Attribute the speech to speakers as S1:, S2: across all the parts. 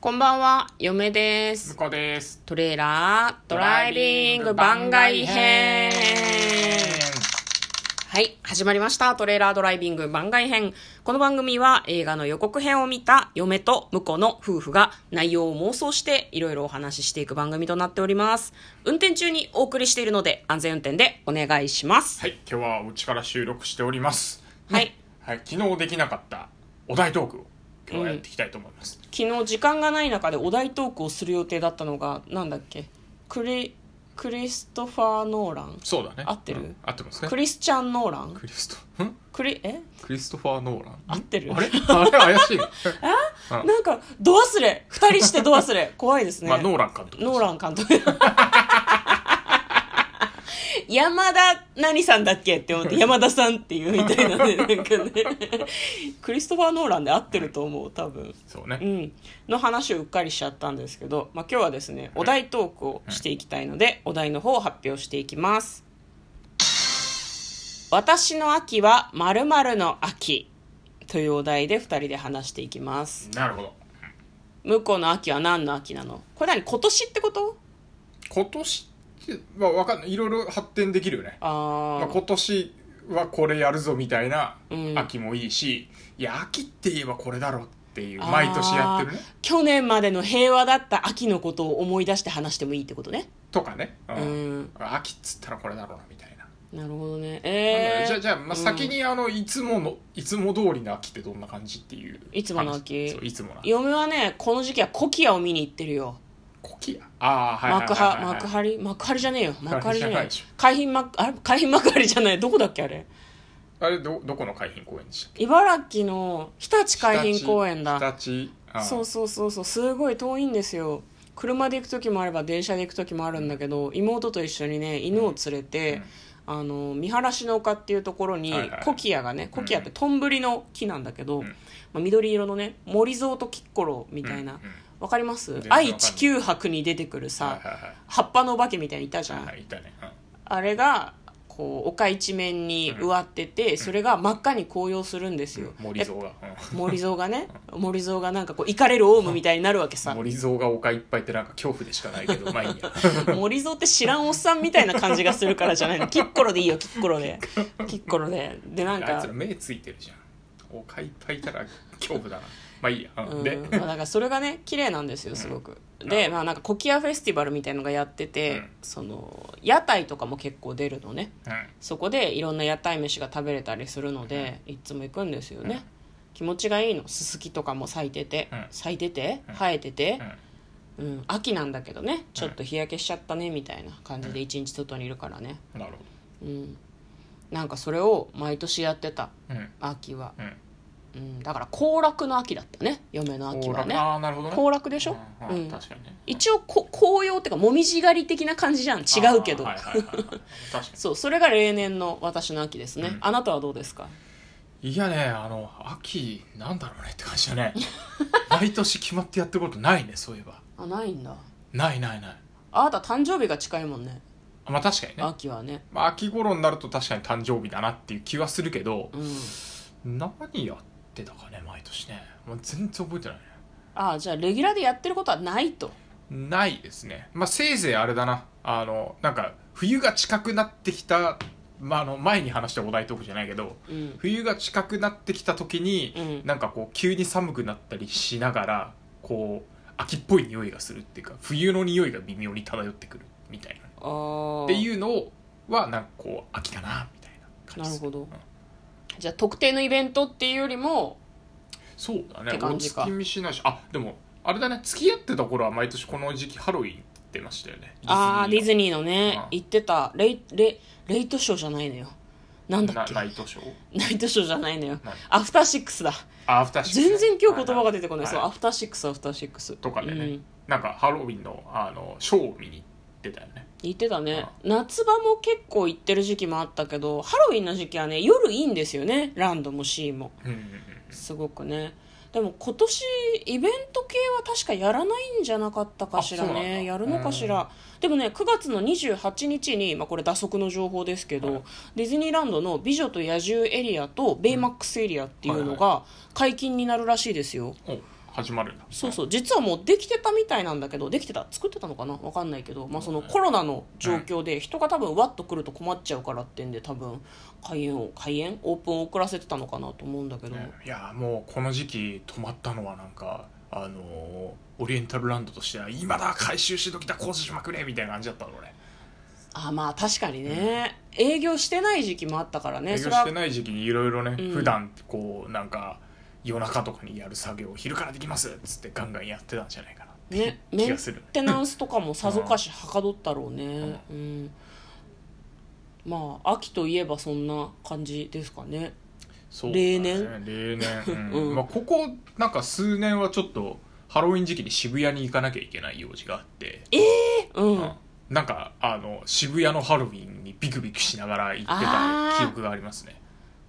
S1: こんばんは、嫁で
S2: 向
S1: す。
S2: こうです
S1: トレーラードライビング番外編。はい、始まりました。トレーラードライビング番外編。この番組は映画の予告編を見た嫁と婿の夫婦が内容を妄想していろいろお話ししていく番組となっております。運転中にお送りしているので安全運転でお願いします。
S2: はい今日はお家から収録しております、
S1: はい。
S2: はい、昨日できなかったお題トークを今日はやっていきたいと思います、
S1: 昨日時間がない中でお題トークをする予定だったのが、なんだっけクリ、クリストファー・ノーラン。
S2: そうだね
S1: 合ってる
S2: うん合ってますね
S1: クリスチャン・ノーラン
S2: クリストん
S1: クリえ
S2: クリストファー・ノーラン
S1: 合ってる
S2: あれあれ怪 しいうん
S1: なんかド忘れ二人してド忘 れ怖いですね、
S2: まあノーラン監督です
S1: ノーラン監督 山田何さんだっけって思っ て山田さんっていうみたいなねなんかねクリストファー・ノーランで合ってると思う多分
S2: そうね、
S1: うん、の話をうっかりしちゃったんですけど、まあ、今日はですねお題トークをしていきたいので、お題の方を発表していきます「私の秋はまるの秋」というお題で2人で話していきます
S2: なるほど
S1: 向こうの秋は何の秋なのこれ何今年ってこと
S2: 今年ってまあわかんないいろいろ発展できるよねまあ、
S1: ああ
S2: 今年はこれやるぞみたいな
S1: うん
S2: 秋もいいし、いや秋って言えばこれだろっていう毎年やってるね
S1: 去年までの平和だった秋のことを思い出して話してもいいってことね
S2: とかね、うん
S1: うん
S2: 秋っつったらこれだろうなみたいな、
S1: なるほどねえー、
S2: じゃあじゃあ、まあ、
S1: うん
S2: 先にあのいつものいつも通りの秋ってどんな感じっていう
S1: いつもの秋
S2: 話そういつもの秋
S1: 嫁はねこの時期はコキアを見に行ってるよ
S2: コキアああはいはい
S1: 幕
S2: はい
S1: 張、
S2: はい
S1: 幕張、幕張じゃねえよ。幕張じゃ
S2: 幕張じゃ
S1: な
S2: ないいでしょ。
S1: 海浜幕、あれ海浜幕張じゃない。どこだっけあれ。
S2: あれどどこの海浜公園でしたっ
S1: 茨城の日立
S2: け
S1: 海浜公園だ。
S2: 日立あー
S1: そうそうそうそう。すごい遠いんですよ。車で行く時もあれば電車で行く時もあるんだけど、妹と一緒にね、犬を連れて、あの見晴らしの丘っていうところに
S2: はいはい
S1: コキアがねコキアってトンブリの木なんだけど、
S2: うん
S1: まあ、緑色のね森蔵とキッコロみ
S2: うん
S1: たいな、
S2: うん
S1: わかります
S2: 全然わかんない
S1: 愛・地球博に出てくるさ、
S2: はいはい
S1: 葉っぱのお化けみたいにいたじゃん、
S2: はいはいいたね、うん
S1: あれがこう丘一面に植わってて、それが真っ赤に紅葉するんですよ、
S2: 森蔵が、うん
S1: で森蔵がね森蔵がなんかこうイカれるオウムみたいになるわけさ
S2: 森蔵が丘いっぱいってなんか恐怖でしかない けどまあいいや
S1: 森蔵って知らんおっさんみたいな感じがするからじゃないのキッコロでいいよキッコロでキッコロででなん
S2: あい
S1: か
S2: つら目ついてるじゃん丘いっぱいいたら恐怖だなまあいいや、う
S1: うん
S2: ん、で、
S1: まあ、だからそれがね綺麗なんですよすごく、でまあなんかコキアフェスティバルみたいのがやってて、
S2: うん
S1: その屋台とかも結構出るのねそこでいろんな屋台飯が食べれたりするので、いつも行くんですよね、
S2: うん
S1: 気持ちがいいのススキとかも咲いてて、
S2: うん
S1: 咲いてて
S2: うん
S1: 生えてて
S2: うん、うん
S1: うん秋なんだけどねちょっと日焼けしちゃったねみたいな感じで一日外にいるからね
S2: なるほ
S1: うんなんかそれを毎年やってた
S2: どうん
S1: 秋は、
S2: うん
S1: うん、だから行楽の秋だったね嫁の秋
S2: 行
S1: は
S2: 楽
S1: ね
S2: ああなるほどね
S1: 行楽でしょ、
S2: うん
S1: う
S2: うん
S1: ん、
S2: 確かにね
S1: 一応こ紅葉っていうか紅葉狩り的な感じじゃん違うけど、
S2: あーはいはいはいはい確か
S1: そうそれが例年の私の秋ですね、
S2: うん
S1: あなたはどうですか
S2: にいやねあの秋なんだろうねって感じ だね毎年決まってやってることないねそういえば
S1: あないんだ
S2: ないないない
S1: あなた誕生日が近いもんね
S2: あまあ確かにね
S1: 秋はね
S2: まあ、秋頃になると確かに誕生日だなっていう気はするけど
S1: う、ん
S2: 何やってたかね毎年ねもう全然覚えてないね
S1: ああじゃあレギュラーでやってることはないと
S2: ないですね。まあ、せいぜいあれだな。あの、なんか、冬が近くなってきた、まあ、あの、前に話したお題トークじゃないけど、
S1: うん
S2: 冬が近くなってきた時に、
S1: うん
S2: なんかこう、急に寒くなったりしながら、こう、秋っぽい匂いがするっていうか、冬の匂いが微妙に漂ってくるみたいな。っ
S1: ああ
S2: ていうのをは、なんかこう、秋だな、みたいな
S1: な
S2: 感じで
S1: る
S2: す
S1: ほどじゃあ特定のイベントっていうよりも
S2: そうだ
S1: って
S2: ね。
S1: 感じか
S2: お月見しないし、あ、でも、あれだね、付き合ってた頃は毎年この時期ハロウィン行ってましたよね。
S1: ああディズ
S2: ニー
S1: ニーのね
S2: うん
S1: 行ってたレイレレイトショーじゃないのよなんだっけ
S2: なナイトショー
S1: ナイトショーじゃないのよ
S2: 何
S1: アフターシックスだ
S2: あアフターシックスね
S1: 全然今日言葉が出てこない、
S2: は
S1: そう
S2: は
S1: アフターシックスアフターシックス
S2: とかでね、
S1: うん
S2: なんかハロウィンのあのショーを見に行ってたよね
S1: 言ってたね夏場も結構行ってる時期もあったけどハロウィンの時期はね夜いいんですよねランドもシーも
S2: うんうんうん
S1: すごくねでも今年イベント系は確かやらないんじゃなかったかしら
S2: あそうなんだ
S1: ねやるのかしらでもね9月の28日に、まあ、これ打足の情報ですけど、
S2: はい
S1: ディズニーランドの「美女と野獣」エリアとベイマックスエリアっていうの
S2: うんは
S1: が解禁になるらしいですよ、
S2: お始まるんだ
S1: そうそう実はもうできてたみたいなんだけどできてた作ってたのかなわかんないけど、まあ、そのコロナの状況で人が多分わっと来ると困っちゃうからってんで多分開園を開園オープンを遅らせてたのかなと思うんだけど、
S2: ねいやもうこの時期止まったのはなんかあのーオリエンタルランドとしては今だ回収し時だ工事しまくれみたいな感じだったの俺
S1: あまあ確かにね、営業してない時期もあったからね
S2: 営業
S1: それ
S2: し
S1: は
S2: てない時期にいろいろね、
S1: うん
S2: 普段こうなんか夜中とかにやる作業を昼からできますっつってガンガンやってたんじゃないかなっていう
S1: ねメ
S2: 気
S1: ン
S2: がする、
S1: テナンスとかもさぞかしはかどったろうねうん、まあ秋といえばそんな感じですかね
S2: そう
S1: 例年
S2: 例年、
S1: うん
S2: まあ、ここなんか数年はちょっとハロウィン時期に渋谷に行かなきゃいけない用事があって、
S1: えうん、
S2: うんなんかあの渋谷のハロウィンにビクビクしながら行って
S1: あー
S2: た記憶がありますね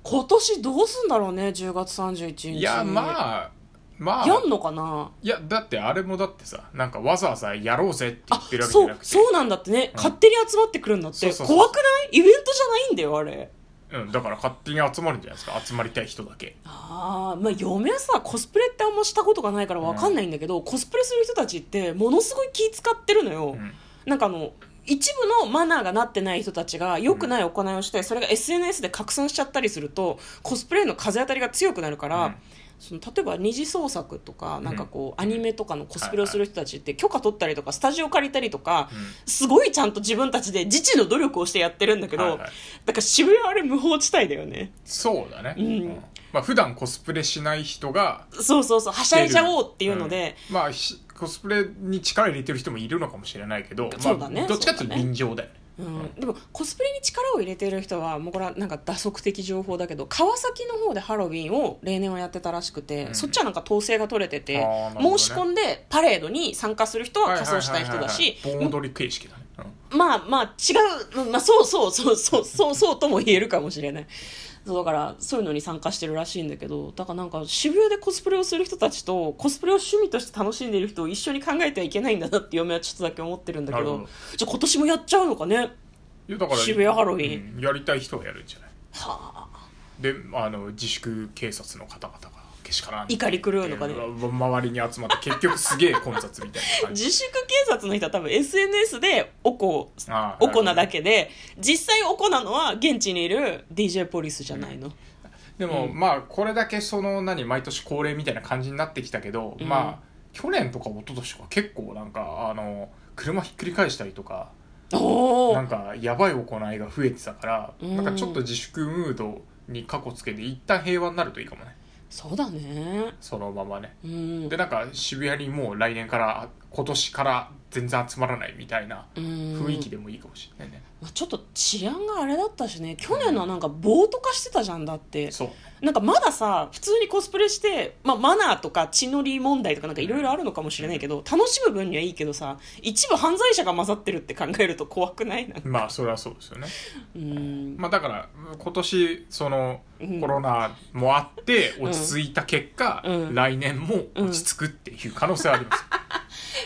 S1: 今年どうすんだろうね10月31日
S2: いやまあまあ
S1: やんのかない
S2: やだってあれもだってさなんかわざわざやろうぜって言
S1: あ
S2: ってるわけじゃ
S1: そ
S2: な
S1: う
S2: くて
S1: そうなんだってね、
S2: ん
S1: 勝手に集まってくるんだって
S2: そうそうそう
S1: 怖くないイベントじゃないんだよあれ
S2: うん、だから勝手に集まるんじゃないですか集まりたい人だけ
S1: あーまあ嫁はさコスプレってあんましたことがないからわかんないんだけど、コスプレする人たちってものすごい気使ってるのよ、
S2: うん
S1: なんかあの一部のマナーがなってない人たちが良くない行いをして、それが SNS で拡散しちゃったりするとコスプレの風当たりが強くなるから、
S2: うん
S1: その例えば二次創作とかなんかこう、
S2: う
S1: ア
S2: ん
S1: ニメとかのコスプレをする人たちって許可取ったりとかスタジオ借りたりとか、
S2: うん
S1: すごいちゃんと自分たちで自治の努力をしてやってるんだけど、
S2: はいはい
S1: だから渋谷あれ無法地帯だよね
S2: そうだね、
S1: うん
S2: まあ普段コスプレしない人が
S1: そうそうそうはしゃいじゃおうっていうので、
S2: うんまあひコスプレに力入れてる人もいるのかもしれないけど、
S1: そうだね
S2: まあ、どっちかっていうと臨場だよね
S1: うん、でもコスプレに力を入れてる人はもうこれはなんか打足的情報だけど川崎の方でハロウィンを例年はやってたらしくて、
S2: うん
S1: そっちはなんか統制が取れてて、
S2: あーなるほどね
S1: 申し込んでパレードに参加する人は仮装したい人だし
S2: はいはいはいはい盆踊り形式だね、うん
S1: まあまあ違う、うんまあ、そうそうそうそうそうそうとも言えるかもしれない そうだからそういうのに参加してるらしいんだけどだからなんか渋谷でコスプレをする人たちとコスプレを趣味として楽しんでいる人を一緒に考えてはいけないんだなって嫁はちょっとだけ思ってるんだけ
S2: なる
S1: ど
S2: ほど
S1: じゃあ今年もやっちゃうのかね
S2: いやだから
S1: 渋谷ハロウィ
S2: ン、うんやりたい人はやるんじゃない
S1: はあ
S2: であの自粛警察の方々がけしからん
S1: 怒り狂うのかね
S2: うん周りに集まって結局すげえ混雑みたいな感じ
S1: 自粛警察の人は多分 SNS でおこ
S2: ああ
S1: おこなだけで実際おこなのは現地にいる DJ ポリスじゃないの、
S2: でも、まあこれだけその何毎年恒例みたいな感じになってきたけど、
S1: うん
S2: まあ去年とか一昨年とか結構なんかあの車ひっくり返したりとか
S1: お
S2: な
S1: ー
S2: んかやばい行いが増えてたから、
S1: うん
S2: なんかちょっと自粛ムードに過去つけて一旦平和になるといいかもね
S1: そうだね
S2: そのままね
S1: うん
S2: でなんか渋谷にもう来年からあ今年から全然集まらないみたいな
S1: 雰
S2: 雰囲気、でもいいかもしれないね、
S1: まあ、ちょっと治安があれだったしね去年のはなんか暴徒化してたじゃんだって
S2: そう
S1: なんかまださ普通にコスプレして、まあ、マナーとか血のり問題とかなんかいろいろあるのかもしれないけど楽しむ分にはいいけどさ一部犯罪者が混ざってるって考えると怖くないなんか
S2: まあそれはそうですよね
S1: うん
S2: まあだから今年その
S1: うん
S2: コロナもあって
S1: ん
S2: 落ち着いた結果、
S1: うん
S2: 来年も落ち着くっていう可能性はあります、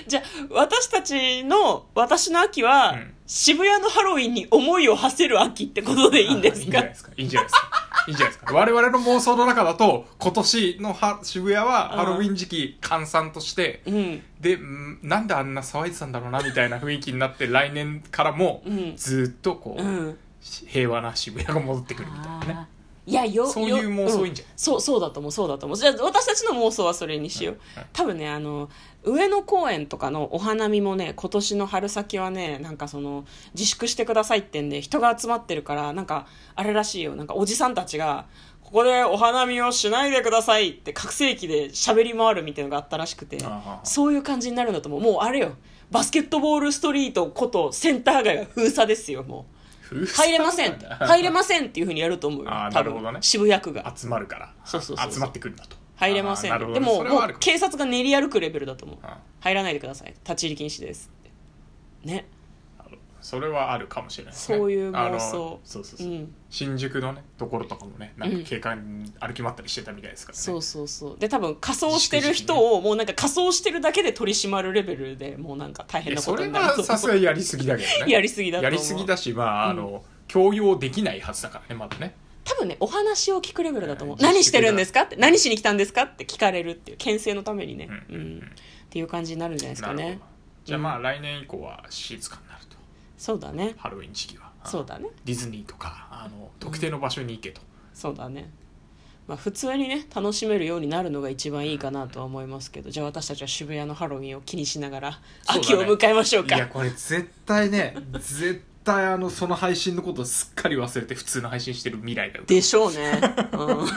S1: じゃあ私たちの私の秋は、
S2: うん
S1: 渋谷のハロウィンに思いを馳せる秋ってこと でいいんです
S2: いいんじゃ
S1: か
S2: ないですかいいんじゃないですかいいんじゃないですか我々の妄想の中だと今年のは渋谷はハロウィン時期閑散として、
S1: うん
S2: でんなんであんな騒いでたんだろうなみたいな雰囲気になって来年からも
S1: うん
S2: ずっとこう、
S1: うん
S2: 平和な渋谷が戻ってくるみたいなね
S1: あーいやよ
S2: そういう
S1: よ
S2: 妄想いいんじゃない
S1: うんそうそうだと思うそうだと思うじゃあ私たちの妄想はそれにしよう、
S2: うんうん
S1: 多分ねあの上野公園とかのお花見もね今年の春先はねなんかその自粛してくださいってんで人が集まってるからなんかあれらしいよなんかおじさんたちがここでお花見をしないでくださいって拡声器で喋り回るみたいなのがあったらしくて
S2: あー
S1: そういう感じになるんだと思う。もうあれよ。バスケットボールストリートことセンター街が封鎖ですよ、もう。入れませんって。 入れませんっていうふうにやると思うよ。
S2: あー
S1: 多
S2: なるほどね
S1: 分渋谷区が。
S2: 集まるから
S1: そうそうそうそう
S2: 集まってくるんだと
S1: 入れません
S2: あ
S1: っ
S2: ーな
S1: て。
S2: るほ
S1: で
S2: ど
S1: も、
S2: それ
S1: も
S2: はある
S1: う
S2: か
S1: 警察が練り歩くレベルだと思う。
S2: あ
S1: 入らないでください。立ち入り禁止ですって。ね。
S2: それはあるかもしれないですね
S1: そういう
S2: あ
S1: 妄
S2: の
S1: 想。
S2: そうそうそう、
S1: ん。
S2: 新宿のねところとかもねなんか
S1: うん
S2: 警官歩き回ったりしてたみたいですからね、
S1: そうそうそう。で、多分仮装してる人を、もうなんか仮装してるだけで取り締まるレベルでもうなんか大
S2: い
S1: 変
S2: や
S1: なこ
S2: そ
S1: と
S2: れ
S1: になる
S2: は
S1: と
S2: さす
S1: 思
S2: がにやりすぎだけど
S1: う。
S2: ね
S1: やりすぎだと
S2: や
S1: 思う。
S2: りすぎだしまああの、強要できないはずだからねまだね
S1: 多分ねお話を聞くレベルだと思う
S2: うん
S1: 何してるんですかって何しに来たんですかって聞かれるっていう牽制のためにね、
S2: うん
S1: うんっていう感じになるんじゃないです
S2: な
S1: か
S2: るほど
S1: ね
S2: じゃあまあ来年以降は静かになると
S1: そうだね
S2: ハロウィン時期は
S1: そうだね
S2: ディズニーとかあの特定の場所に行けと、
S1: そうだねまあ普通にね楽しめるようになるのが一番いいかなとは思いますけどじゃあ私たちは渋谷のハロウィンを気にしながら
S2: そうだ
S1: 秋
S2: ね
S1: を迎えましょう
S2: い
S1: か
S2: やこれ絶対ね絶対あのその配信のことをすっかり忘れて普通の配信してる未来が
S1: でしょう ね、うん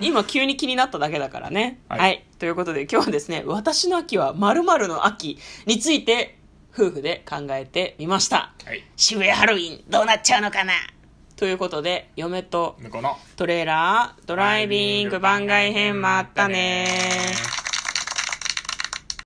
S1: 今急に気になっただけだからねは、
S2: はいい
S1: ということで今日はですね「私の秋はまるの秋」について夫婦で考えてみました
S2: はい
S1: 渋谷ハロウィンどうなっちゃうのかなということで嫁と
S2: 向こうの
S1: トレーラードライビング番外編もあったね
S2: ー